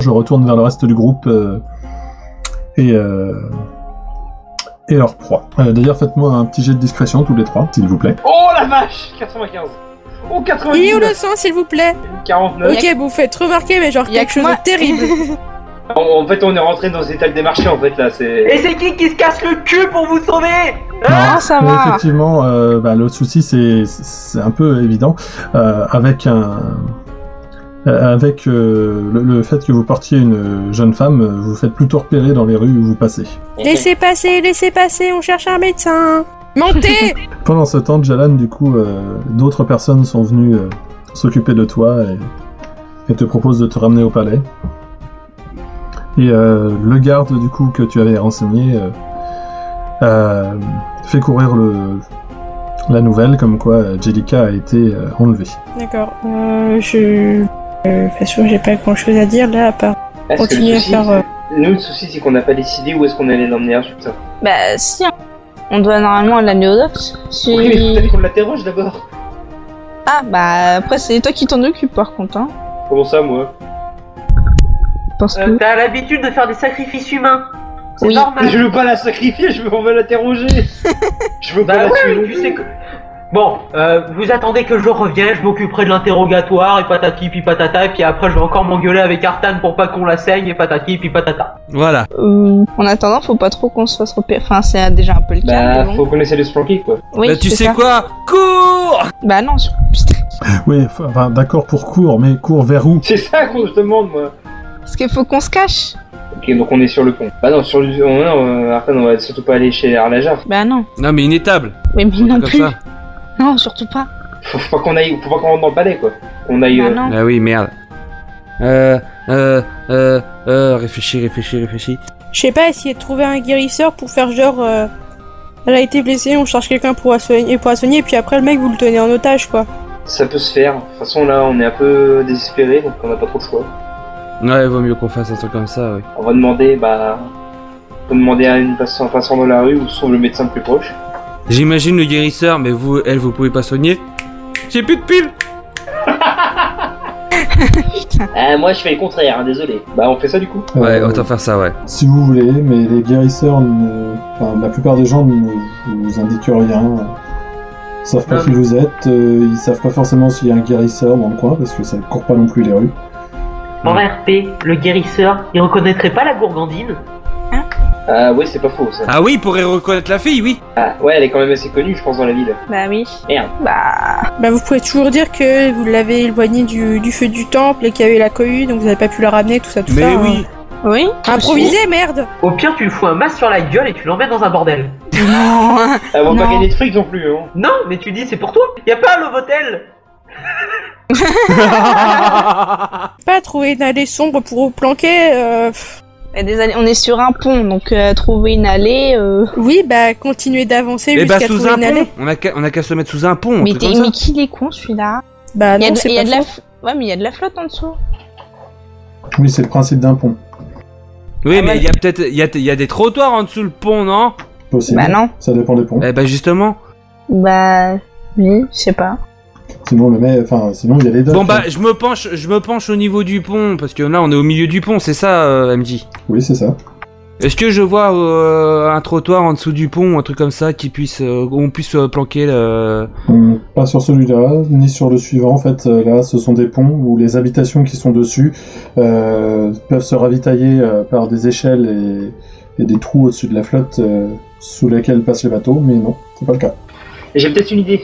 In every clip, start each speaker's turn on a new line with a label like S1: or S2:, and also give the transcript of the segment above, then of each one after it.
S1: je retourne vers le reste du groupe euh, et, euh, et leur proie. Euh, D'ailleurs, faites-moi un petit jet de discrétion, tous les trois, s'il vous plaît.
S2: Oh la vache 95 Oh
S3: Il est où le
S2: 99
S3: sang, s'il vous plaît
S2: 49
S3: Ok, vous faites remarquer, mais genre
S4: Y a
S3: quelque
S4: que
S3: chose
S4: moi.
S3: de terrible.
S2: En, en fait, on est rentré dans l'étal des marchés en fait là, c'est.
S5: Et c'est qui qui se casse le cul pour vous sauver
S4: Ah, ça
S1: mais
S4: va.
S1: Effectivement, euh, bah, le souci, c'est c'est un peu évident. Euh, avec un. euh, Avec euh, le, le fait que vous portiez une jeune femme, euh, vous faites plutôt repérer dans les rues où vous passez.
S3: laissez passer, laissez passer, on cherche un médecin. Mentez
S1: Pendant ce temps, Jalan, du coup, euh, d'autres personnes sont venues euh, s'occuper de toi et, et te proposent de te ramener au palais. Et euh, le garde, du coup, que tu avais renseigné, euh, euh, fait courir le, la nouvelle comme quoi euh, Jellica a été euh, enlevée.
S3: D'accord, euh, je... euh, De toute façon, j'ai pas grand chose à dire là, à part
S2: Parce que le
S3: continuer à
S2: souci,
S3: faire... euh,
S2: Nous, le souci, c'est qu'on n'a pas décidé où est-ce qu'on allait l'emmener hein, ensuite.
S4: Bah si, hein. on doit normalement l'amener aux docs. Si-
S2: Oui, mais peut-être qu'on l'interroge d'abord.
S4: Ah bah après c'est toi qui t'en occupes par contre, hein.
S2: Comment ça, moi
S4: Parce que...
S5: Euh, T'as l'habitude de faire des sacrifices humains. C'est
S4: Oui.
S5: normal.
S2: Je veux pas la sacrifier, je veux, on va l'interroger. je veux pas
S5: Bah
S2: la tuer non
S5: oui, tu
S2: plus.
S5: sais que... Bon, euh, vous attendez que je revienne, je m'occuperai de l'interrogatoire et patati puis patata, et puis après je vais encore m'engueuler avec Artan pour pas qu'on la saigne et patati puis patata.
S6: Voilà.
S4: euh, en attendant, faut pas trop qu'on se fasse repérer. Enfin, c'est déjà un peu le cas.
S2: Bah,
S4: mais bon.
S2: faut qu'on essaie de se planquer quoi.
S4: Oui,
S6: bah, tu
S4: c'est
S6: sais
S4: ça.
S6: quoi Cours
S4: Bah non, sur- putain.
S1: Oui, enfin, enfin, d'accord pour court, mais court vers où
S2: C'est ça qu'on se demande, moi.
S4: parce qu'il faut qu'on se cache.
S2: Ok, donc on est sur le pont. Bah non, sur le. oh non, euh, Arthur, on va surtout pas aller chez Arlajar.
S4: Bah non.
S6: Non, mais une étable.
S4: Oui, mais non
S6: Comme
S4: plus.
S6: ça.
S4: Non, surtout pas.
S2: Faut, faut pas qu'on aille, faut pas qu'on rentre dans le palais quoi. On aille.
S4: Bah
S2: euh,
S4: non.
S6: Ah oui, merde. Euh, euh, euh, euh, réfléchis, réfléchis, réfléchis.
S3: Je sais pas, essayer de trouver un guérisseur pour faire genre. euh, elle a été blessée, on cherche quelqu'un pour la soigner, pour la soigner, et puis après le mec vous le tenez en otage quoi.
S2: Ça peut se faire. De toute façon, là, on est un peu désespéré, donc on n'a pas trop de choix.
S6: Ouais, vaut mieux qu'on fasse un truc comme ça, oui.
S2: On va demander, bah. On va demander à une passante en passant dans la rue où sont le médecin le plus proche.
S6: J'imagine le guérisseur, mais vous, elle, vous pouvez pas soigner. J'ai plus de piles
S2: Ah, moi, je fais le contraire, hein, désolé. Bah, on fait ça du coup.
S6: Ouais,
S1: Euh,
S6: autant faire ça, ouais.
S1: Si vous voulez, mais les guérisseurs, ne- enfin, la plupart des gens ne vous indiquent rien. Ils savent pas
S6: Ah,
S2: Non,
S1: qui vous êtes, euh, ils savent pas forcément s'il y a un guérisseur dans le coin, parce que ça ne court pas non plus les rues.
S5: En RP, le guérisseur, il reconnaîtrait pas la gourgandine
S2: Ah, ouais, c'est pas faux ça.
S6: Ah oui, il pourrait reconnaître la fille, oui
S2: Ah, ouais, elle est quand même assez connue, je pense, dans la ville.
S4: Bah oui.
S2: Merde.
S4: Bah.
S3: Bah vous pouvez toujours dire que vous l'avez éloigné du, du feu du temple et qu'il y avait la cohue, donc vous avez pas pu la ramener, tout ça, tout ça.
S6: Mais
S3: hein.
S6: oui
S4: Oui.
S3: Improvisé, merde
S5: Au pire, tu lui fous un masque sur la gueule et tu l'emmènes dans un bordel.
S4: Non.
S2: Elle va pas
S4: Non.
S2: gagner de fric non plus, hein.
S5: Non, mais tu dis c'est pour toi. Y a pas un Lovotel.
S3: Pas trouver une allée sombre pour vous planquer. euh, pff.
S4: Et des allées- Bah, on est sur un pont, donc euh, trouver une allée. euh,
S3: Oui, bah continuez d'avancer
S6: Et
S3: jusqu'à
S6: bah, sous
S3: trouver
S6: un
S3: une allée.
S6: pont On a qu'à on a qu'à se mettre sous un pont, un
S4: Mais,
S6: truc
S4: t'es-
S6: comme
S4: mais
S6: ça.
S4: qui les con celui-là
S3: Bah
S4: Il y a
S3: non,
S4: de, il
S3: c'est
S4: y a
S3: pas
S4: de la.
S3: faux.
S4: f- Ouais, mais il y a de la flotte en dessous.
S1: Oui, c'est le principe d'un pont,
S6: Oui,
S4: Ah
S6: mais
S4: ouais.
S6: il y a peut-être... Il y a, il y a des trottoirs en dessous le pont, non
S1: possible.
S4: Bah non.
S1: Ça dépend des ponts.
S6: Eh bah, justement.
S4: Bah. Oui, je sais pas.
S1: Sinon, le mec, enfin, sinon, il y a les docks.
S6: Bon, bah,
S1: hein.
S6: je me penche je me penche au niveau du pont, parce que là, on est au milieu du pont, c'est ça, euh, MJ
S1: Oui, c'est ça.
S6: Est-ce que je vois euh, un trottoir en dessous du pont, ou un truc comme ça, qui puisse, euh, où on puisse euh, planquer le...
S1: Hum, pas sur celui-là, ni sur le suivant. En fait, euh, là, ce sont des ponts où les habitations qui sont dessus euh, peuvent se ravitailler euh, par des échelles et, et des trous au-dessus de la flotte euh, sous laquelle passent les bateaux, mais non, c'est pas le cas.
S2: J'ai peut-être une idée.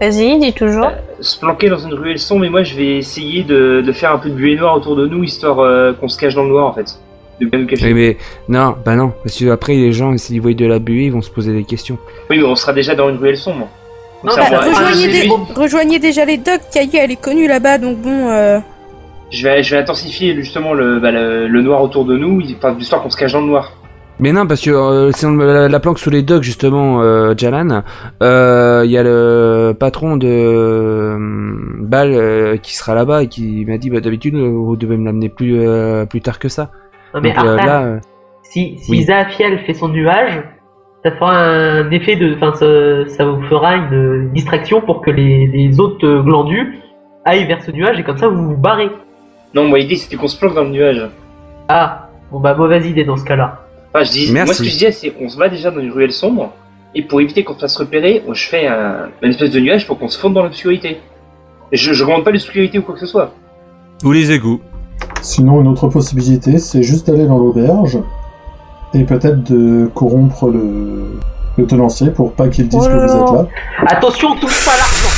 S4: Vas-y, dis toujours.
S1: Euh.
S2: se planquer dans une ruelle sombre, mais moi je vais essayer de, de faire un peu de buée noire autour de nous, histoire euh, qu'on se cache dans le noir en fait. De bien nous cacher.
S6: Oui, mais non, bah non, parce que après les gens, s'ils voient de la buée, ils vont se poser des questions.
S2: Oui, mais on sera déjà dans une ruelle sombre.
S5: Non,
S2: ça,
S5: mais
S2: moi,
S3: Bah,
S5: Ouais,
S3: rejoignez,
S5: ouais,
S3: des-
S5: c'est lui.
S3: rejoignez déjà les docks, Caillou elle est connue là-bas, donc bon... euh,
S2: je, vais, je vais intensifier justement le, bah, le, le noir autour de nous, enfin, histoire qu'on se cache dans le noir.
S6: Mais non, parce que euh, si on- la, la planque sous les docks, justement, euh, Jalan, euh, il y a le patron de euh, Bal euh, qui sera là-bas et qui m'a dit, bah d'habitude, euh, vous devez me l'amener plus, euh, plus tard que ça.
S5: Non mais
S6: Donc, euh,
S5: Artan,
S6: là, euh,
S5: si si
S6: oui.
S5: Zafiel fait son nuage, ça fera un effet de, enfin ça, ça vous fera une distraction pour que les, les autres euh, glandus aillent vers ce nuage et comme ça vous vous barrez.
S2: Non, moi, l'idée, c'était qu'on se planque dans le nuage.
S5: Ah, bon bah mauvaise idée dans ce cas-là.
S2: Enfin, je dis,
S6: Merci.
S2: moi, ce que je disais, c'est on se va déjà dans une ruelle sombre, et pour éviter qu'on se fasse repérer, on- je fais un, une espèce de nuage pour qu'on se fonde dans l'obscurité. Et Je ne remonte pas l'obscurité ou quoi que ce soit.
S6: Ou les égouts.
S1: Sinon, une autre possibilité, c'est juste d'aller dans l'auberge et peut-être de corrompre le, le tenancier pour pas qu'il dise
S3: Oh
S1: que
S3: là
S1: vous
S3: là.
S1: êtes là.
S5: Attention, touche pas l'argent.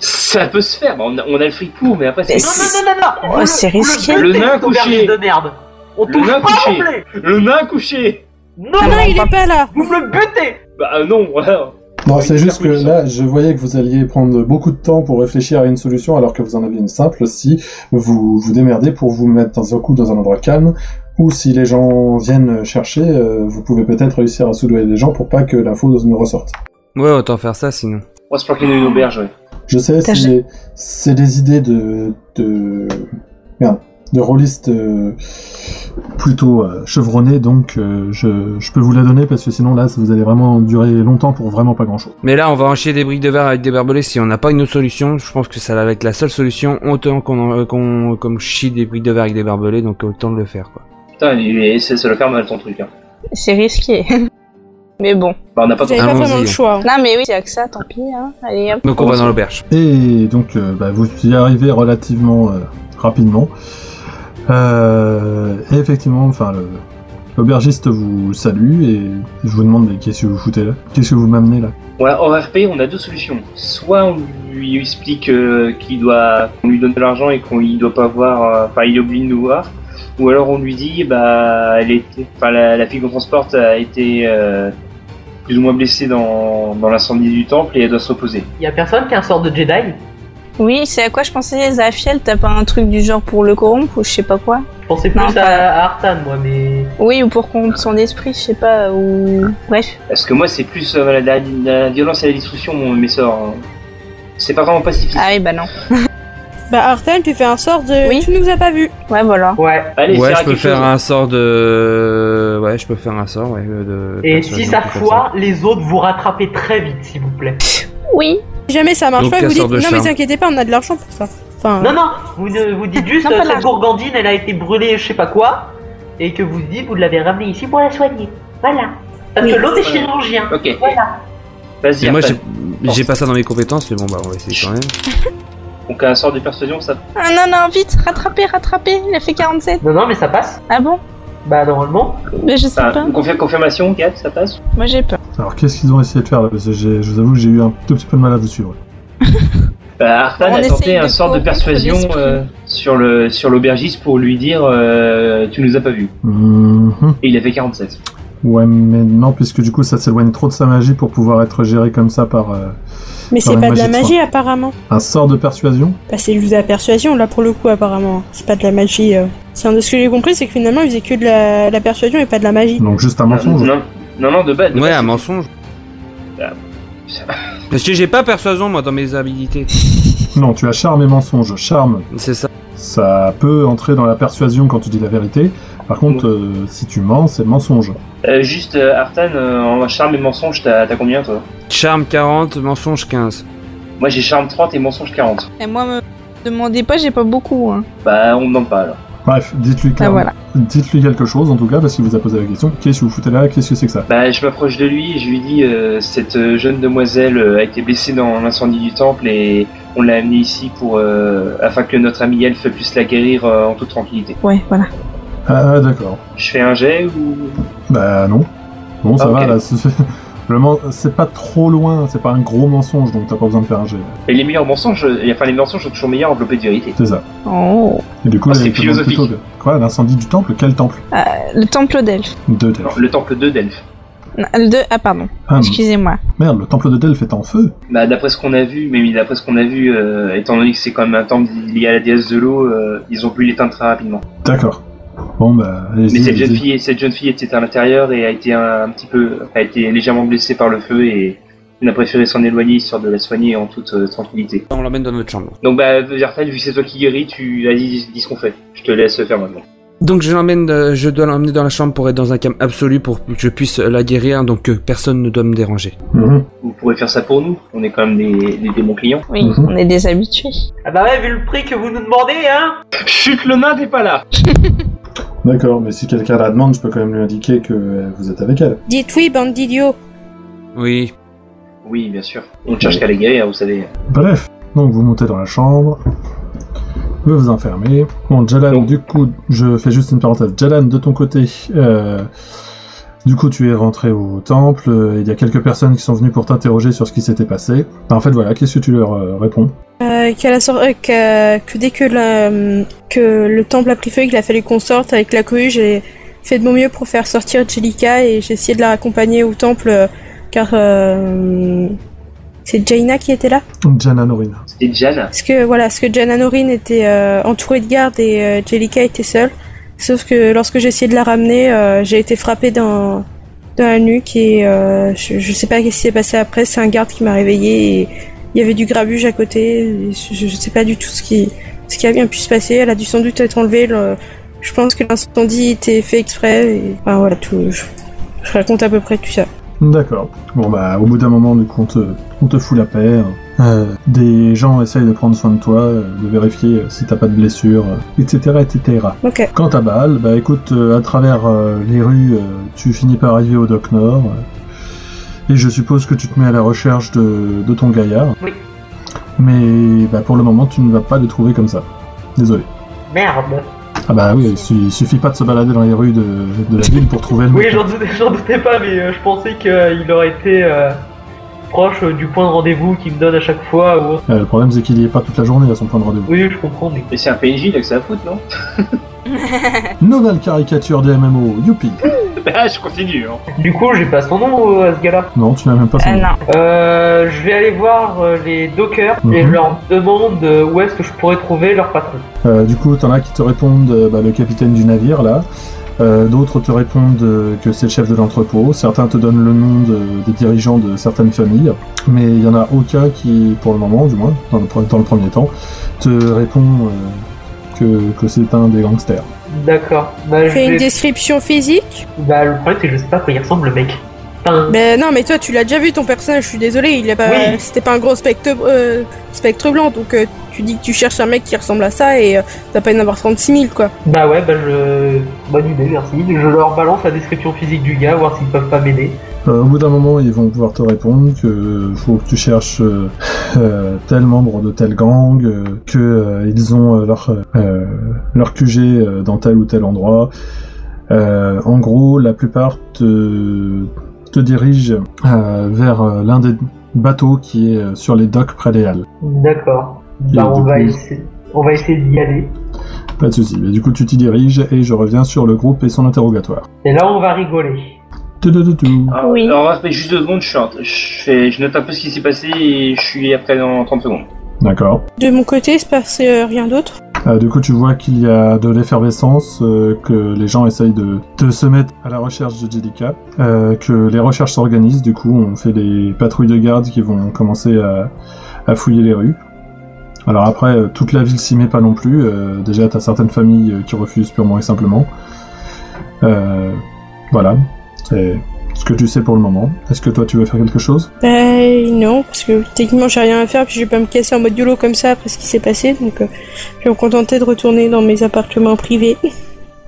S2: Ça peut se faire, bah, on a, on a le fric pour, mais après, c'est.
S4: Mais
S5: Non non non non non.
S4: Oh, c'est risqué.
S5: Le,
S2: Le nain
S5: nain
S2: couché.
S5: de merde. On
S2: Le
S5: touche
S2: nain
S5: pas
S2: couché.
S5: non plus.
S2: Le nain couché
S5: Non,
S3: Ah non, il est pas là
S5: vous me le butez.
S2: Bah euh, non, voilà.
S1: Non,
S2: Oui,
S1: c'est juste que
S2: oui, ça.
S1: là, je voyais que vous alliez prendre beaucoup de temps pour réfléchir à une solution alors que vous en aviez une simple si vous vous démerdez pour vous mettre dans un coup dans un endroit calme ou si les gens viennent chercher, euh, vous pouvez peut-être réussir à soudoyer les gens pour pas que l'info ne ressorte.
S6: Ouais, autant faire ça sinon.
S2: On va se planquer dans une auberge, ouais.
S1: Je sais,
S4: T'as
S1: c'est, c'est des idées de. de. merde, de rôlistes euh, plutôt euh, chevronnés, donc euh, je, je peux vous la donner parce que sinon là, vous allez vraiment durer longtemps pour vraiment pas grand chose.
S6: Mais là, on va enchaîner des briques de verre avec des barbelés. Si on n'a pas une autre solution, je pense que ça va être la seule solution. Autant qu'on en- euh, qu'on comme chie des briques de verre avec des barbelés, donc autant de le faire quoi.
S2: Putain, mais ça, ça va faire mal ton truc. Hein.
S4: C'est risqué. mais bon.
S2: Bah on n'a pas
S3: Vous
S2: ton
S3: avez pas
S6: Allons-y.
S3: vraiment le choix. hein.
S4: Non, mais oui, s'il y a que ça, tant pis. Hein. Allez, hop.
S6: Donc on va dans l'auberge.
S1: Et donc, euh, bah, vous y arrivez relativement euh, rapidement. Euh, et effectivement, enfin, le- l'aubergiste vous salue et je vous demande mais qu'est-ce que vous foutez là Qu'est-ce que vous m'amenez là
S2: Voilà, en RP, on a deux solutions. Soit on lui explique euh, qu'il doit, on lui donne de l'argent et qu'on ne doit pas voir, euh, enfin il oublie de nous voir, ou alors on lui dit, bah, elle était, enfin la, la fille qu'on transporte a été euh, plus ou moins blessée dans, dans l'incendie du temple et elle doit se reposer.
S5: Y a personne qui a un sort de Jedi.
S4: Oui, c'est à quoi je pensais, Zafiel. T'as pas un truc du genre pour le corrompre ou je sais pas quoi
S5: Je pensais
S4: Non,
S5: plus
S4: pas-
S5: à, à Artan moi, mais
S4: Oui, ou pour corrompre son esprit, je sais pas. Ou. Bref.
S2: Parce que moi c'est plus euh, la, la- la violence et la destruction mon- mes sorts. hein. C'est pas vraiment pacifiste.
S4: Ah oui, bah non.
S3: Bah Arthel, tu fais un sort de...
S4: Oui.
S3: Tu nous as pas vus
S4: Ouais, voilà.
S5: ouais.
S2: Allez,
S6: ouais,
S2: sert à
S6: je peux
S2: quelque
S6: faire
S2: chose.
S6: un sort de. Ouais, je peux faire un sort. Ouais, de...
S5: Et
S6: persuasion,
S5: si ça
S6: un truc comme
S5: foire, les autres vous rattrapez très vite, s'il vous plaît.
S4: Oui.
S3: Si jamais ça marche
S6: Donc,
S3: pas, vous
S6: un
S3: dites...
S6: sort
S3: Non
S6: de
S3: mais
S6: charme.
S3: t'inquiétez pas, on a de l'argent pour ça. Enfin,
S5: Non, non, vous, ne, vous dites juste
S4: Ah. Non, pas
S5: que cette
S4: l'argent.
S5: gourgandine, elle a été brûlée, je sais pas quoi, et que vous dites, vous l'avez ramenée ici pour la soigner. Voilà. Parce
S3: Oui.
S5: que l'autre est chirurgien.
S2: Ok,
S5: Voilà.
S6: ça.
S2: vas-y.
S6: Et moi,
S2: Arthur.
S6: j'ai j'ai pas ça dans mes compétences, mais bon, bah, on va essayer quand même.
S2: Donc un sort de persuasion ça.
S4: Ah non, non, vite, rattrapez, rattrapez. Il a fait 47.
S5: Non, non, mais ça passe.
S4: Ah bon
S5: Bah, normalement.
S4: Mais je sais
S1: Ah.
S2: Enfin,
S4: pas.
S2: confir- confirmation, Kat, ça passe.
S4: Moi, j'ai peur.
S1: Alors qu'est-ce qu'ils ont essayé de faire là Parce que j'ai- Je vous avoue que j'ai eu un tout petit peu de mal à vous suivre.
S2: Bah, Arthal
S4: On
S2: a
S4: essaye
S2: tenté
S4: de
S2: un sort de
S4: corrompre
S2: persuasion
S4: l'esprit.
S2: euh, sur le sur l'aubergiste pour lui dire euh, tu nous as pas vus.
S1: Mhm.
S2: Et il a fait 47.
S1: Ouais, mais non, puisque du coup ça s'éloigne trop de sa magie pour pouvoir être géré comme ça par euh,
S3: mais c'est
S1: Par
S3: pas
S1: la
S3: de la
S1: magie de
S3: magie apparemment.
S1: un sort de persuasion.
S3: Bah c'est juste de la persuasion là pour le coup apparemment. C'est pas de la magie. euh. C'est un de ce que j'ai compris, c'est que finalement il faisait que de la... la persuasion et pas de la
S6: Mm.
S3: magie.
S1: Donc juste un mensonge.
S2: non, non, non, de base. de
S6: Ouais,
S2: base,
S6: un mensonge.
S2: Ah,
S6: Parce que j'ai pas persuasion, moi, dans mes habilités.
S1: Non, tu as charme et mensonge. Charme,
S6: C'est ça.
S1: ça peut entrer dans la persuasion quand tu dis la vérité. Par contre, euh, si tu mens, c'est mensonge.
S2: Euh, juste euh, Arthal, euh, en charme et mensonge, t'as t'as combien toi
S6: Charme 40, mensonge 15.
S2: Moi j'ai charme 30 et mensonge 40.
S4: Et moi, me demandez pas, j'ai pas beaucoup. Hein.
S2: Bah on me demande pas alors.
S1: Bref, dites-lui
S4: Ah,
S1: clairement.
S4: voilà.
S1: Dites-lui quelque chose en tout cas, parce qu'il vous a posé la question. Qu'est-ce que vous foutez là Qu'est-ce que c'est que ça
S2: Bah je m'approche de lui et je lui dis euh, cette euh, jeune demoiselle euh, a été blessée dans l'incendie du temple et on l'a amenée ici pour euh, afin que notre ami elfe puisse la guérir euh, en toute tranquillité.
S4: Ouais, voilà.
S1: Ah, ah, d'accord.
S2: Je fais un jet ou
S1: Bah non. Bon, ça
S2: Ah,
S1: va
S2: ok.
S1: là. C'est le men- c'est pas trop loin. C'est pas un gros mensonge, donc t'as pas besoin de faire un jet.
S2: Et les meilleurs mensonges, euh, enfin les mensonges sont toujours meilleurs enveloppés de vérité.
S1: C'est ça.
S4: Oh.
S1: Et du coup,
S2: Ah,
S1: elle
S2: c'est
S1: te demande
S2: philosophique.
S1: plutôt de- Quoi L'incendie du temple Quel temple
S4: Le temple d'Elfe.
S1: De
S2: Non,
S1: Delphes.
S2: le temple de Delphes.
S4: Non, Le de... Ah, pardon.
S1: Ah,
S4: Excusez-moi.
S1: merde, le temple de Delphes est en feu.
S2: Bah, d'après ce qu'on a vu, mais oui, d'après ce qu'on a vu, euh, étant donné que c'est quand même un temple lié à la déesse de l'eau, euh, ils ont pu l'éteindre très rapidement.
S1: D'accord. Bon bah.
S2: Mais
S1: allez-y,
S2: cette jeune
S1: allez-y.
S2: fille, cette jeune fille était à l'intérieur et a été un, un petit peu, a été légèrement blessée par le feu et on a préféré s'en éloigner histoire de la soigner en toute euh, tranquillité. euh,
S6: On l'emmène dans notre chambre.
S2: Donc bah, Vertel, vu que c'est toi qui guéris, tu vas dis, dis ce qu'on fait. Je te laisse faire maintenant.
S6: Donc je l'emmène, euh, je dois l'emmener dans la chambre pour être dans un calme absolu pour que je puisse la guérir, hein, donc que personne ne doit me déranger.
S1: Mhm.
S2: Vous pourrez faire ça pour nous. On est quand même des, des démons clients.
S4: Oui,
S1: Mhm.
S4: on est des habitués.
S5: Ah bah ouais, vu le prix que vous nous demandez, hein
S2: Chut, le nain n'est pas là.
S1: D'accord, mais si quelqu'un la demande, je peux quand même lui indiquer que euh, vous êtes avec elle.
S3: Dites oui, bande d'idiots.
S6: Oui.
S2: Oui, bien sûr. On ne cherche qu'à les guérir, vous savez.
S1: Bref, donc vous montez dans la chambre, vous vous enfermez. Bon, Jalan,
S2: Donc-
S1: du coup, je fais juste une parenthèse. Jalan, de ton côté, euh, du coup, tu es rentré au temple. euh, Il y a quelques personnes qui sont venues pour t'interroger sur ce qui s'était passé. Enfin, en fait, voilà, qu'est-ce que tu leur euh, réponds
S3: Euh, qu'à la sor- euh, qu'à- que dès que, la- que le temple a pris feu et qu'il a fallu qu'on sorte avec la cohue, j'ai fait de mon mieux pour faire sortir Jellica et j'ai essayé de la raccompagner au temple euh, car euh, c'est Jaina qui était là.
S1: Jalan Norina.
S2: C'était Jan.
S3: Parce que voilà, parce que Jaina Norin était euh, entourée de gardes et euh, Jellica était seule. Sauf que lorsque j'ai essayé de la ramener, euh, j'ai été frappée dans, dans la nuque et euh, je, je sais pas ce qui s'est passé après. C'est un garde qui m'a réveillée et il y avait du grabuge à côté. et je, je sais pas du tout ce qui, ce qui a bien pu se passer. Elle a dû sans doute être enlevée. le- je pense que l'incendie était fait exprès. Et, enfin, voilà, tout, je, je raconte à peu près tout ça.
S1: D'accord. Bon, bah, au bout d'un moment, du coup, on te, on te fout la paix. Euh, des gens essayent de prendre soin de toi, euh, de vérifier euh, si t'as pas de blessure, euh, etc., etc.
S3: Ok.
S1: Quant à Bâle, bah écoute, euh, à travers euh, les rues, euh, tu finis par arriver au Doc Nord. euh, et je suppose que tu te mets à la recherche de, de ton gaillard.
S5: Oui.
S1: Mais bah, pour le moment, tu ne vas pas le trouver comme ça. Désolé.
S5: Merde.
S1: Ah bah oui, il su- il suffit pas de se balader dans les rues de, de la ville pour trouver le
S5: Oui, j'en doutais, j'en doutais pas, mais euh, je pensais qu'il aurait été euh, proche euh, du point de rendez-vous qu'il me donne à chaque fois. ou autre.
S1: Euh, le problème, c'est qu'il y est pas toute la journée à son point de rendez-vous.
S5: Oui, je comprends, mais...
S2: Mais c'est un PNJ, donc c'est à foutre, non
S1: Nouvelle caricature des MMO, youpi
S2: Bah, je continue. Hein.
S5: Du coup, j'ai pas son nom euh, à ce gars-là.
S1: Non, tu n'as même pas son
S4: Ah
S1: nom.
S4: non.
S5: Euh, je vais aller voir euh, les dockers et
S1: Mhm.
S5: je leur demande euh, où est-ce que je pourrais trouver leur patron.
S1: Euh, du coup, t'en as qui te répondent euh, bah, le capitaine du navire, là. Euh, D'autres te répondent euh, que c'est le chef de l'entrepôt. Certains te donnent le nom de- des dirigeants de certaines familles. Mais il y en a aucun qui, pour le moment, du moins, dans le, pre- dans le premier temps, te répond euh, que, que c'est un des gangsters.
S5: D'accord. Bah, je
S3: Fais une
S5: vais-
S3: description physique.
S5: bah, le problème, c'est que je sais pas à quoi il ressemble le mec. Enfin,
S3: Ben non, mais toi, tu l'as déjà vu ton personnage, je suis désolée, il a pas,
S5: Oui.
S3: c'était pas un gros spectre, euh, spectre blanc, donc euh, tu dis que tu cherches un mec qui ressemble à ça et euh, t'as pas une avoir 36 000 quoi.
S5: bah ouais, bah je. Bonne idée, merci. Je leur balance la description physique du gars, voir s'ils peuvent pas m'aider.
S1: Euh, au bout d'un moment, ils vont pouvoir te répondre que faut que tu cherches euh, euh, tel membre de tel gang, euh, que euh, ils ont euh, leur euh, leur QG euh, dans tel ou tel endroit. Euh, en gros, la plupart te, te dirigent euh, vers euh, l'un des bateaux qui est euh, sur les docks près des Halles.
S5: D'accord.
S1: Et
S5: Bah, on
S1: du
S5: va
S1: coup-
S5: essayer. On va essayer d'y aller.
S1: Pas de souci. Mais du coup, tu t'y diriges et je reviens sur le groupe et son interrogatoire.
S5: Et là, on va rigoler.
S1: Tout, tout, tout, tout.
S2: Alors,
S4: Oui.
S2: Ah, alors, on va faire juste deux secondes, je, suis en- je, fais- je note un peu ce qui s'est passé et je suis après dans 30 secondes.
S1: D'accord.
S3: De mon côté, il se passe euh, rien d'autre.
S1: Euh, du coup, tu vois qu'il y a de l'effervescence, euh, que les gens essayent de, de se mettre à la recherche de Jellica, euh, que les recherches s'organisent. Du coup, on fait des patrouilles de gardes qui vont commencer à, à fouiller les rues. Alors après, euh, toute la ville s'y met pas non plus. Euh, déjà, t'as certaines familles euh, qui refusent purement et simplement. Euh, voilà, c'est ce que tu sais pour le moment. Est-ce que toi, tu veux faire quelque chose
S3: Ben non, parce que techniquement j'ai rien à faire, puis je vais pas me casser en mode YOLO comme ça après ce qui s'est passé, donc euh, je vais me contenter de retourner dans mes appartements privés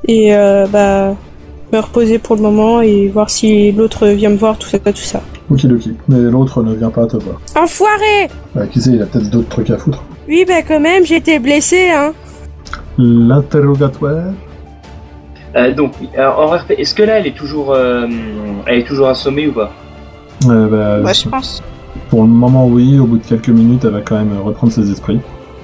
S3: et euh, bah me reposer pour le moment et voir si l'autre vient me voir, tout ça, tout ça.
S1: Okidoki. Mais l'autre ne vient pas te voir.
S3: Enfoiré
S1: Bah, qui sait, il a peut-être d'autres trucs à foutre.
S3: Oui, bah quand même, j'étais blessée, hein.
S1: L'interrogatoire
S2: Euh, donc, oui, alors, en RP, est-ce que là, elle est toujours, euh, elle est toujours assommée ou pas
S1: Euh, bah,
S4: Moi, je pense.
S1: Pour le moment, oui. Au bout de quelques minutes, elle va quand même reprendre ses esprits.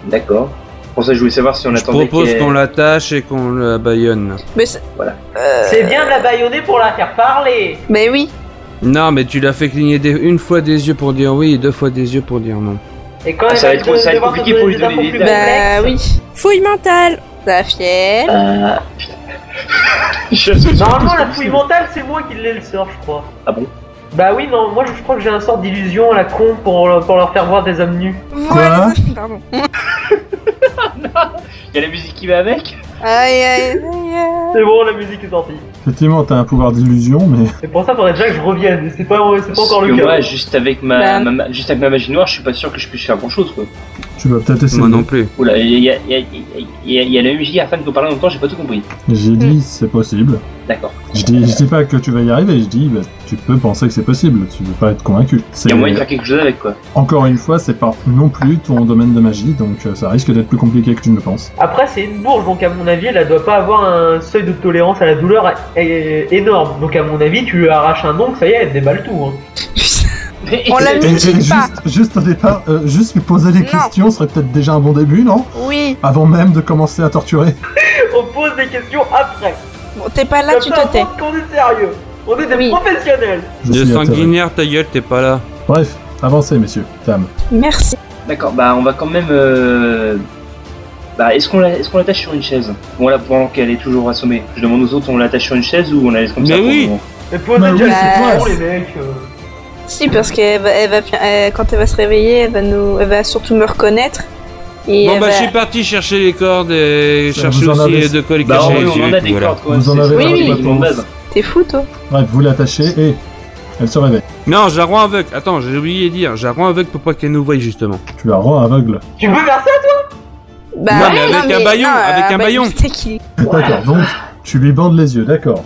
S2: D'accord. Pour ça, je voulais savoir si on
S6: Je
S2: attendait
S6: propose
S2: qu'elle-
S6: qu'on l'attache et qu'on la baïonne.
S4: Mais c'est-
S2: Voilà.
S4: Euh,
S5: C'est bien de la baïonner pour la faire parler.
S4: Ben oui.
S6: Non, mais tu l'as fait cligner des- une fois des yeux pour dire oui et deux fois des yeux pour dire non.
S5: Et quand
S2: Ah,
S5: elle
S2: ça va être-
S5: te-
S2: ça va être
S5: devoir te
S2: compliqué pour lui
S5: des infos
S2: donner
S5: plus
S2: des-
S4: Bah
S5: complexes,
S4: oui.
S3: Fouille mentale
S4: La fière.
S2: Euh, putain. Je suis sûr
S5: Normalement,
S2: que
S5: la
S2: c'est-
S5: fouille mentale, c'est moi qui l'ai le sort, je crois.
S2: Ah bon
S5: Bah oui, non, moi je crois que j'ai un sort d'illusion à la con pour, pour leur faire voir des hommes nus.
S4: Voilà. Pardon.
S2: Il y a la musique qui va avec
S4: Aïe, aïe, aïe, aïe.
S5: C'est bon, la musique est sortie.
S1: Effectivement, t'as un pouvoir d'illusion, mais
S5: C'est pour ça faudrait déjà que je revienne, mais c'est pas, c'est pas
S2: Parce
S5: encore
S2: que
S5: le Ben. cas.
S2: moi, juste avec ma,
S4: Bah.
S2: ma- ma- juste avec ma magie noire, je suis pas sûr que je puisse faire grand chose, quoi.
S1: tu vas peut-être essayer.
S6: Moi non plus.
S2: Oula, il y a, il y a- il y a- il y a la MJ à fan qui parler en même temps, j'ai pas tout compris.
S1: J'ai
S4: Hmm.
S1: dit, c'est possible.
S2: D'accord.
S1: Je dis, je dis pas que tu vas y arriver, je dis, bah, tu peux penser que c'est possible, tu veux pas être convaincu.
S2: Il y
S1: C'est-
S2: a moyen de faire quelque chose avec, quoi.
S1: Encore une fois, c'est pas non plus ton domaine de magie, donc euh, ça risque d'être plus compliqué que tu ne le penses.
S5: Après, c'est une bourge, donc à mon avis, elle elle doit pas avoir un seuil de tolérance à la douleur é- é- énorme. Donc à mon avis, tu lui arraches un ongle, ça y est, elle déballe tout. hein.
S4: On l'a
S1: Et,
S4: mis.
S1: et
S4: Je sais pas.
S1: juste, juste au départ, euh, juste lui poser des
S4: Non.
S1: questions serait peut-être déjà un bon début, non
S4: Oui,
S1: Avant même de commencer à torturer.
S5: On pose des questions après.
S4: bon, t'es pas là,
S5: Comme
S4: tu
S5: ça,
S4: te
S5: on
S4: tais.
S5: montre qu'on est sérieux. On est des
S4: Oui.
S5: professionnels.
S1: Je
S6: De
S1: suis atterré.
S6: sanguinaire, ta gueule, t'es pas là.
S1: Bref, avancez, messieurs, dames.
S4: Merci.
S2: D'accord, bah on va quand même. euh, Bah, est-ce qu'on la- est-ce qu'on l'attache sur une chaise Bon, là, pendant qu'elle est toujours assommée, je demande aux autres, on l'attache sur une chaise ou on la laisse comme
S6: Mais
S2: ça pour
S6: oui.
S2: le moment
S5: Mais posez
S1: Bah
S5: déjà
S1: oui,
S5: les
S4: c'est
S5: questions,
S4: classe.
S5: les mecs. euh.
S4: Si, parce que quand elle va se réveiller, elle va, nous, elle va surtout me reconnaître. Et
S6: Bon
S4: elle
S6: bah
S4: va-
S6: je suis parti chercher les cordes et
S1: Ça,
S6: chercher
S1: vous en
S6: aussi
S1: avez-
S6: de quoi les
S2: Bah,
S6: cacher.
S2: oui,
S6: et
S2: on en
S6: puis
S2: a des
S6: voilà.
S2: cordes, quoi.
S1: Vous en
S2: c'est-
S1: avez
S2: c'est
S4: la
S2: parti,
S4: réponse.
S2: ils m'en bavent.
S4: T'es fou, toi
S1: Bref, vous l'attachez et elle se réveille.
S6: Non, je la rends aveugle. Attends, j'ai oublié de dire, je la rends aveugle pour pas qu'elle nous voie justement.
S1: Tu la rends aveugle.
S5: Tu veux faire ça
S4: Bah,
S6: Non, mais avec un baillon, avec un baillon.
S4: euh, C'est qui
S1: D'accord, donc tu lui bandes les yeux, d'accord.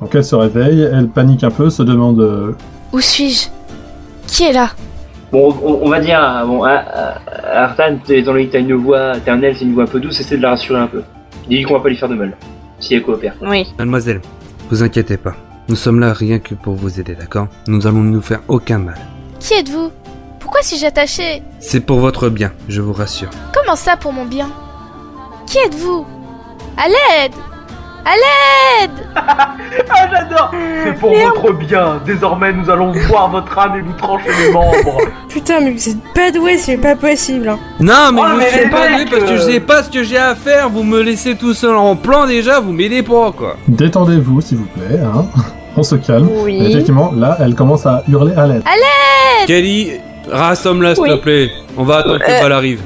S1: Donc elle se réveille, elle panique un peu, se demande euh,
S7: Où suis-je Qui est là
S2: Bon, on, on va dire, ah, bon, à, à- à Artan, t'es- étant donné que t'as une voix, t'es un elfe, c'est une voix un peu douce, essaie de la rassurer un peu. Dis-lui qu'on va pas lui faire de mal, si elle coopère.
S4: Oui.
S6: Mademoiselle, vous inquiétez pas. Nous sommes là rien que pour vous aider, d'accord Nous allons ne nous faire aucun mal.
S7: Qui êtes-vous Pourquoi suis-je attaché
S6: C'est pour votre bien, je vous rassure.
S7: Comment ça pour mon bien Qui êtes-vous À l'aide À l'aide
S5: Ah, j'adore C'est pour votre bien. Désormais, nous allons voir votre âme et vous trancher les membres.
S3: Putain, mais vous êtes pas doués, c'est pas possible. hein.
S6: Non, mais
S5: Oh,
S6: vous
S5: mais
S6: faites
S5: les
S6: pas
S5: mecs,
S6: aider parce que je
S5: euh.
S6: sais pas ce que j'ai à faire. Vous me laissez tout seul en plan déjà, vous m'aidez pas quoi.
S1: détendez-vous s'il vous plaît, hein. On se calme. Et
S4: Oui.
S1: effectivement, là, elle commence à hurler à l'aide.
S3: Eh.
S6: Kelly, rassomme-la s'il
S4: Oui.
S6: te plaît. On va attendre que
S4: Euh.
S6: Val arrive.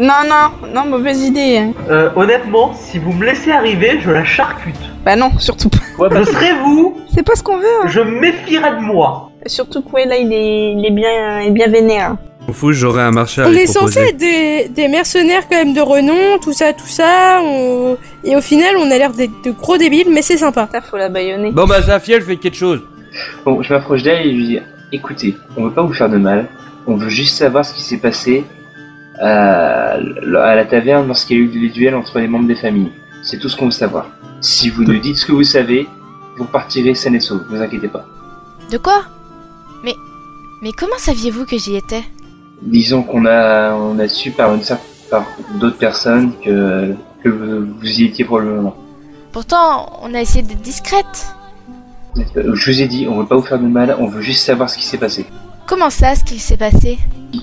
S4: Non, non, non, mauvaise idée. hein.
S5: Euh, honnêtement, si vous me laissez arriver, je la charcute.
S4: Bah non, surtout pas.
S2: Ouais, bah,
S5: Je serai vous,
S4: C'est pas ce qu'on veut. hein.
S5: je me méfierai de moi.
S4: Surtout que ouais, là, il est, il est bien, il est bien vénère.
S6: Au fou, j'aurai un marché à
S3: On
S6: lui
S3: est
S6: proposer.
S3: censé être des, des mercenaires quand même de renom, tout ça, tout ça. on- Et au final, on a l'air d'être de gros débiles, mais c'est sympa.
S4: Ça, faut la baïonner.
S6: Bon bah Zafiel fait quelque chose.
S2: Bon, je m'approche d'elle et je lui dis écoutez, on veut pas vous faire de mal, on veut juste savoir ce qui s'est passé euh, à la taverne lorsqu'il y a eu des duels entre les membres des familles. C'est tout ce qu'on veut savoir. Si vous nous dites ce que vous savez, vous partirez saine et sauve, vous inquiétez pas.
S7: De quoi Mais. Mais comment saviez-vous que j'y étais
S2: Disons qu'on a, on a su par, une cer- par d'autres personnes que, que vous, vous y étiez probablement.
S7: Pourtant, on a essayé d'être discrète.
S2: Euh, Je vous ai dit, on veut pas vous faire de mal, on veut juste savoir ce qui s'est passé.
S7: Comment ça, ce qu'il s'est passé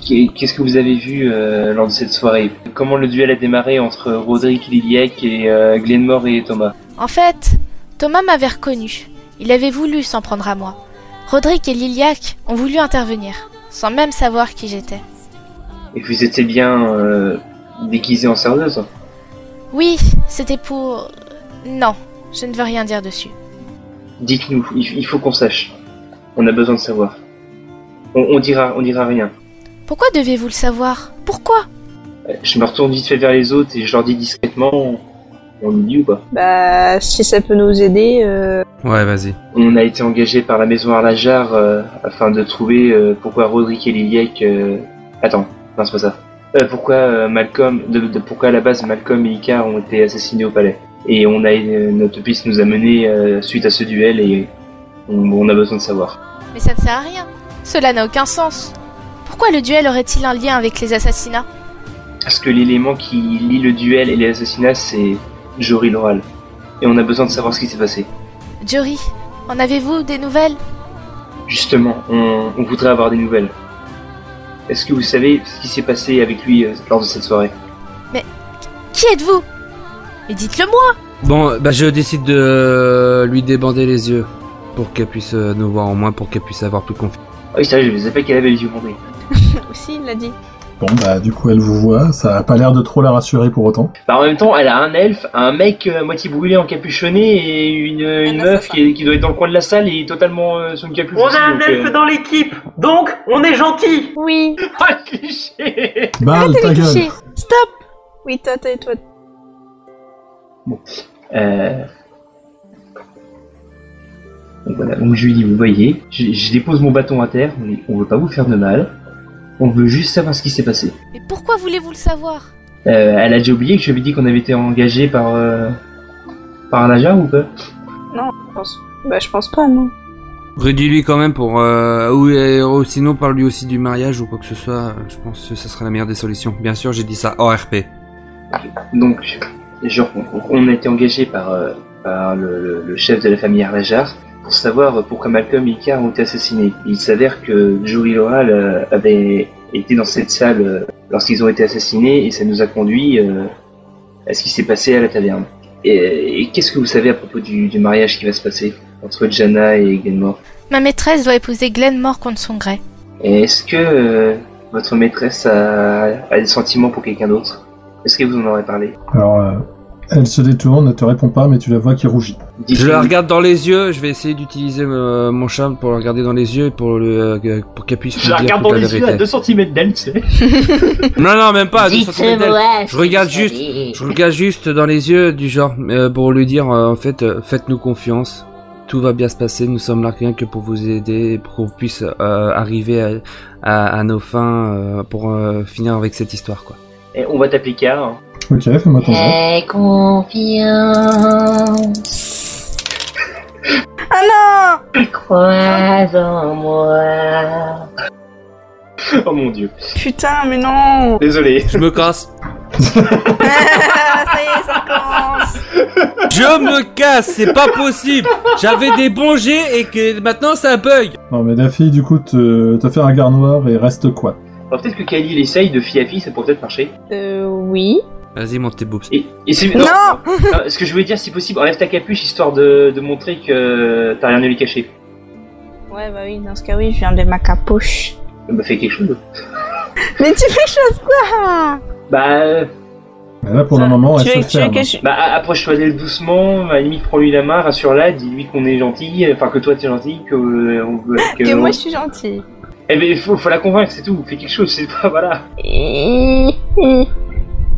S2: Qu'est- Qu'est-ce que vous avez vu euh, lors de cette soirée Comment le duel a démarré entre Roderick Liliac et euh, Glenmore et Thomas
S7: En fait, Thomas m'avait reconnu. Il avait voulu s'en prendre à moi. Roderick et Liliac ont voulu intervenir, sans même savoir qui j'étais.
S2: Et vous étiez bien euh, déguisé en serveuse
S7: Oui, c'était pour. Non, je ne veux rien dire dessus.
S2: Dites-nous, il, il faut qu'on sache. On a besoin de savoir. On, on dira, on dira rien.
S7: Pourquoi devez-vous le savoir Pourquoi
S2: Euh, Je me retourne vite fait vers les autres et je leur dis discrètement, on nous dit ou pas
S4: Bah, si ça peut nous aider, euh,
S6: Ouais, vas-y.
S2: On a été engagé par la maison Arlajar euh, afin de trouver euh, pourquoi Roderick et Liliac. euh, Attends, non, c'est pas ça. Euh, pourquoi euh, Malcolm, de, de- pourquoi à la base Malcolm et Icar ont été assassinés au palais. Et on a euh, notre piste nous a mené euh, suite à ce duel et on, on a besoin de savoir.
S7: Mais ça ne sert à rien. Cela n'a aucun sens. Pourquoi le duel aurait-il un lien avec les assassinats
S2: Parce que l'élément qui lie le duel et les assassinats, c'est Jory Loral. Et on a besoin de savoir ce qui s'est passé.
S7: Jory, en avez-vous des nouvelles
S2: Justement, on, on voudrait avoir des nouvelles. Est-ce que vous savez ce qui s'est passé avec lui euh, lors de cette soirée
S7: Qui êtes-vous Mais dites-le moi
S6: Bon, bah je décide de euh, lui débander les yeux pour qu'elle puisse euh, nous voir au moins, pour qu'elle puisse avoir plus confiance.
S2: Ah oui, sérieux, je ne savais pas qu'elle avait les yeux bandés.
S4: aussi, il l'a dit.
S1: Bon, bah, du coup, elle vous voit. Ça a pas l'air de trop la rassurer pour autant.
S2: Bah, en même temps, elle a un elfe, un mec euh, à moitié brûlé en capuchonné et une, une
S4: Un
S2: meuf
S4: assassin.
S2: qui, est- qui doit être dans le coin de la salle et totalement euh, sur une capuche.
S5: Ah, bah, On
S2: aussi,
S5: a un
S2: donc,
S5: elfe
S2: euh,
S5: dans l'équipe, donc on est gentil.
S4: Oui.
S2: Ah, cliché
S1: Balle, ta gueule
S4: cliché. Stop. Oui, toi, toi, toi.
S2: Euh... Donc voilà, donc je lui dis, vous voyez, je, je dépose mon bâton à terre, on, est- on veut pas vous faire de mal, on veut juste savoir ce qui s'est passé.
S7: Mais pourquoi voulez-vous le savoir
S2: Euh, elle a déjà oublié que je lui avais dit qu'on avait été engagé par... Euh... Par un naja ou pas
S4: Je pense. Bah, je pense pas, non.
S6: Redis-lui quand même pour. Euh, ou, euh, ou sinon, parle-lui aussi du mariage ou quoi que ce soit. Je pense que ça sera la meilleure des solutions. Bien sûr, j'ai dit ça hors RP.
S2: Donc, je reprends. Donc, on a été engagé par, euh, par le, le- le chef de la famille Arlajar pour savoir pourquoi Malcolm et Icar ont été assassinés. Il s'avère que Jory Loral euh, avait été dans cette salle euh, lorsqu'ils ont été assassinés et ça nous a conduit euh, à ce qui s'est passé à la taverne. Et, et qu'est-ce que vous savez à propos du, du mariage qui va se passer entre Jana et Glenmore
S7: Ma maîtresse doit épouser Glenmore contre son gré.
S2: Et Est-ce que euh, votre maîtresse a, a des sentiments pour quelqu'un d'autre Est-ce que vous en aurez parlé
S1: Alors, euh, elle se détourne, ne te répond pas, mais tu la vois qui rougit.
S6: Je la
S2: Dites-lui-
S6: regarde dans les yeux. Je vais essayer d'utiliser euh, mon charme pour la regarder dans les yeux et pour, le, euh, pour qu'elle puisse me
S2: Je la
S6: dire
S2: regarde
S6: toute
S2: dans
S6: la
S2: les yeux à
S6: vérité.
S2: 2 cm d'elle, tu sais.
S6: Non, non, même pas. à 200
S8: Dites-moi
S6: d'elle.
S8: ce
S6: Je
S8: que
S6: regarde
S8: vous
S6: juste-
S8: savez.
S6: Je regarde juste dans les yeux du genre euh, pour lui dire euh, en fait euh, faites-nous confiance, tout va bien se passer, nous sommes là rien que pour vous aider, pour qu'on puisse euh, arriver à, à- à nos fins, euh, pour euh, finir avec cette histoire quoi.
S2: Et on va t'appeler Car. hein.
S1: Ok, fais-moi ton jeu.
S8: Fais confiance,
S4: Ah non
S8: crois en moi.
S2: Oh mon dieu.
S4: Putain, mais non
S2: Désolé.
S6: Je me casse,
S4: Ah, Ça y est, ça commence
S6: je me casse, c'est pas possible. J'avais des bons jets et que maintenant ça bug.
S1: Non, mais la fille, du coup, te, te fait un regard noir et reste quoi
S2: Alors peut-être que Kali essaye de fille à fille, ça pourrait peut-être marcher.
S4: Euh, oui.
S6: Vas-y monte tes boobs.
S2: Et, et c'est.
S4: Non,
S2: non, Euh, Ce que je voulais dire, si possible, enlève ta capuche histoire de, de montrer que t'as rien à lui cacher.
S4: Ouais, bah oui, dans ce cas, oui, je viens de ma capoche.
S2: Bah fais quelque chose.
S4: Mais tu fais chose quoi
S2: Bah, euh,
S1: Et là, pour
S4: Ça,
S1: le moment, elle
S4: tu veux,
S1: se
S4: tu veux
S1: ferme.
S4: que je...
S2: bah a- approche-toi d'elle doucement, à la limite prends-lui la main, rassure-la, dis-lui qu'on est gentil, euh, enfin que toi t'es gentil, que. euh, on veut- que
S4: Que moi,
S2: on-
S4: je suis gentille.
S2: Eh ben faut, faut la convaincre, c'est tout, fais quelque chose, c'est pas. Voilà.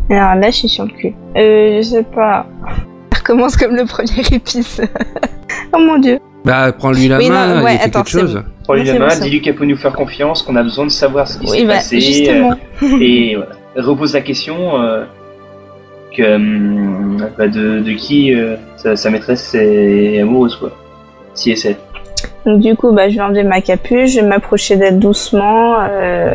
S4: Alors là, je suis sur le cul. Euh, je sais pas. Ça recommence comme le premier épisode. oh mon dieu.
S6: Bah prends-lui la
S4: Oui, non,
S6: main,
S4: ouais,
S6: il fait
S4: attends,
S6: quelque
S4: c'est
S6: chose.
S2: Prends-lui
S4: Non,
S2: la
S4: c'est
S2: main,
S4: bon, ça.
S2: dis-lui qu'elle peut nous faire confiance, qu'on a besoin de savoir ce qui s'est
S4: Oui, bah,
S2: passé. euh,
S4: justement.
S2: et voilà, repose la question euh, que, hum, bah, de, de qui euh, sa, sa maîtresse est amoureuse, quoi. Si et c'est.
S4: Donc, du coup, bah, je vais enlever ma capuche, je vais m'approcher d'elle doucement. Euh...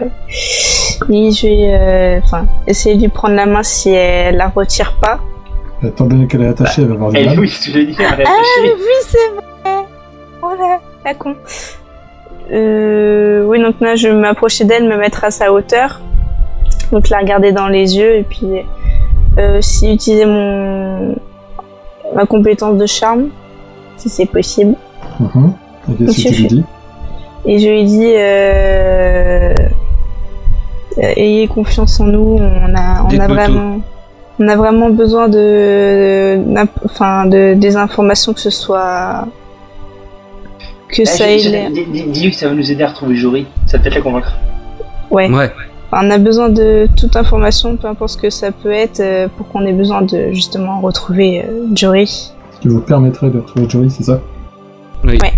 S4: Et je vais euh, enfin, essayer de lui prendre la main si elle la retire pas.
S1: Étant donné qu'elle est attachée, elle va avoir du
S2: Elle,
S1: mal.
S2: oui, tu l'as dit, elle est
S4: Ah mais
S2: attachée.
S4: oui, c'est vrai. Oh la, la con. Euh, oui, donc là, je vais m'approcher d'elle, me mettre à sa hauteur. Donc la regarder dans les yeux et puis euh, si utiliser mon ma compétence de charme, si c'est possible.
S1: Mhm. Et qu'est-ce que
S4: Monsieur
S1: tu lui dis
S4: Et je lui dis euh, euh, ayez confiance en nous, on a on
S6: Dites-nous
S4: a
S6: tout.
S4: vraiment on a vraiment besoin de d'un- enfin de des informations que ce soit que
S2: Ah,
S4: ça
S2: j'ai-
S4: ait
S2: j'ai-
S4: l'air.
S2: dis- dis- Dis-lui que ça va nous aider à retrouver Jory, ça va peut-être la convaincre.
S4: Ouais.
S6: Ouais.
S4: Enfin, on a besoin de toute information, peu importe ce que ça peut être, euh, pour qu'on ait besoin de justement retrouver euh, Jory.
S1: Ce qui vous permettrait de retrouver Joey, c'est ça
S2: Ouais, ce sera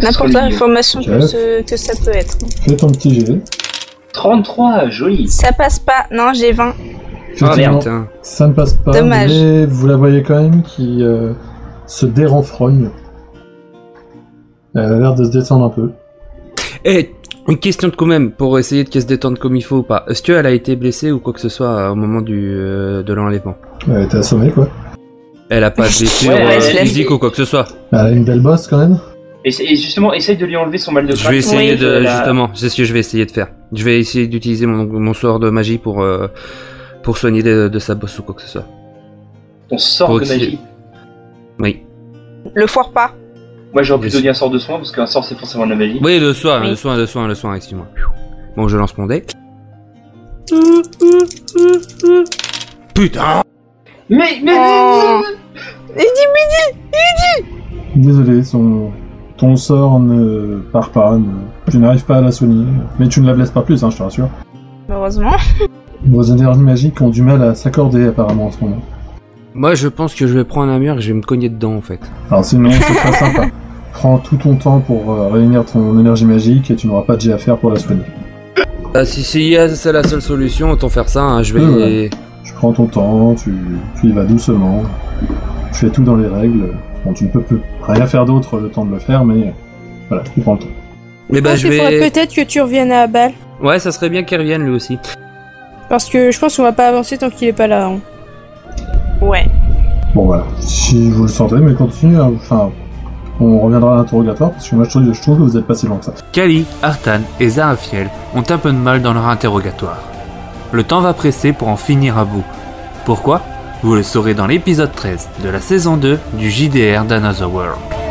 S4: N'importe quelle
S2: le mieux.
S4: information
S1: Ok.
S4: que, ce- que ça peut être.
S1: Fais ton petit GV.
S2: 33, joli.
S4: Ça passe pas. Non, j'ai 20.
S6: Ah
S1: Effectivement,
S6: putain.
S1: ça ne passe pas.
S4: Dommage.
S1: Mais vous la voyez quand même qui euh, se dérenfrogne. Elle a l'air de se détendre un peu.
S6: Eh, une question de quand même pour essayer de qu'elle se détende comme il faut ou pas. Est-ce qu'elle a été blessée ou quoi que ce soit euh, au moment du euh, de l'enlèvement?
S1: Elle était assommée, quoi.
S6: Elle a pas de blessure
S2: Ouais, ouais,
S6: euh,
S2: je l'ai
S6: physique
S4: vu.
S6: ou quoi que ce soit.
S1: Elle a une belle bosse, quand même.
S2: Et, c'est- et justement, essaye de lui enlever son mal de
S6: Je vais
S2: crâne.
S6: essayer
S4: Oui.
S6: de
S2: La-
S6: justement, c'est ce que je vais essayer de faire. Je vais essayer d'utiliser mon, mon sort de magie pour euh, pour soigner de, de sa bosse ou quoi que ce soit.
S2: Ton sort
S6: Pour
S2: de
S6: oxy-
S2: magie.
S6: Oui.
S4: Le foire pas.
S2: Moi, j'aurais plutôt
S6: Yes.
S2: dit un sort de soin, parce qu'un sort, c'est forcément de la magie.
S6: Oui, le soin,
S4: Oui.
S6: le soin, le soin, le soin, excuse-moi. Bon, je lance mon deck. Putain
S2: Mais, mais,
S4: Oh. Il dit
S1: Désolé, son... ton sort ne part pas. ne- Tu n'arrives pas à la soigner. Mais tu ne la blesses pas plus, hein, je te rassure.
S4: Heureusement.
S1: Vos énergies magiques ont du mal à s'accorder apparemment en ce moment.
S6: Moi, je pense que je vais prendre un mur et je vais me cogner dedans, en fait.
S1: Alors sinon, c'est pas sympa. Prends tout ton temps pour euh, réunir ton énergie magique et tu n'auras pas de jet à faire pour la soigner.
S6: Ah, si, si, ah, c'est la seule solution, autant faire ça, hein, je vais...
S1: Ouais, ouais. Tu prends ton temps, tu, tu y vas doucement, tu fais tout dans les règles. Bon, tu ne peux plus rien faire d'autre le temps de le faire, mais euh, voilà, tu prends le temps.
S6: Mais
S3: Je
S6: bah,
S3: pense
S6: je
S3: qu'il faudrait
S6: vais...
S3: peut-être que tu reviennes à Bâle.
S6: Ouais, ça serait bien qu'il revienne, lui aussi.
S3: Parce que je pense qu'on va pas avancer tant qu'il est pas là. hein.
S4: Ouais.
S1: Bon voilà, si vous le sentez, mais continuez. hein. Enfin, on reviendra à l'interrogatoire parce que moi je trouve, je trouve que vous êtes pas si loin que ça.
S9: Kali, Artan et Zarafiel ont un peu de mal dans leur interrogatoire. Le temps va presser pour en finir à bout. Pourquoi Vous le saurez dans l'épisode 13 de la saison 2 du JDR d'Another World.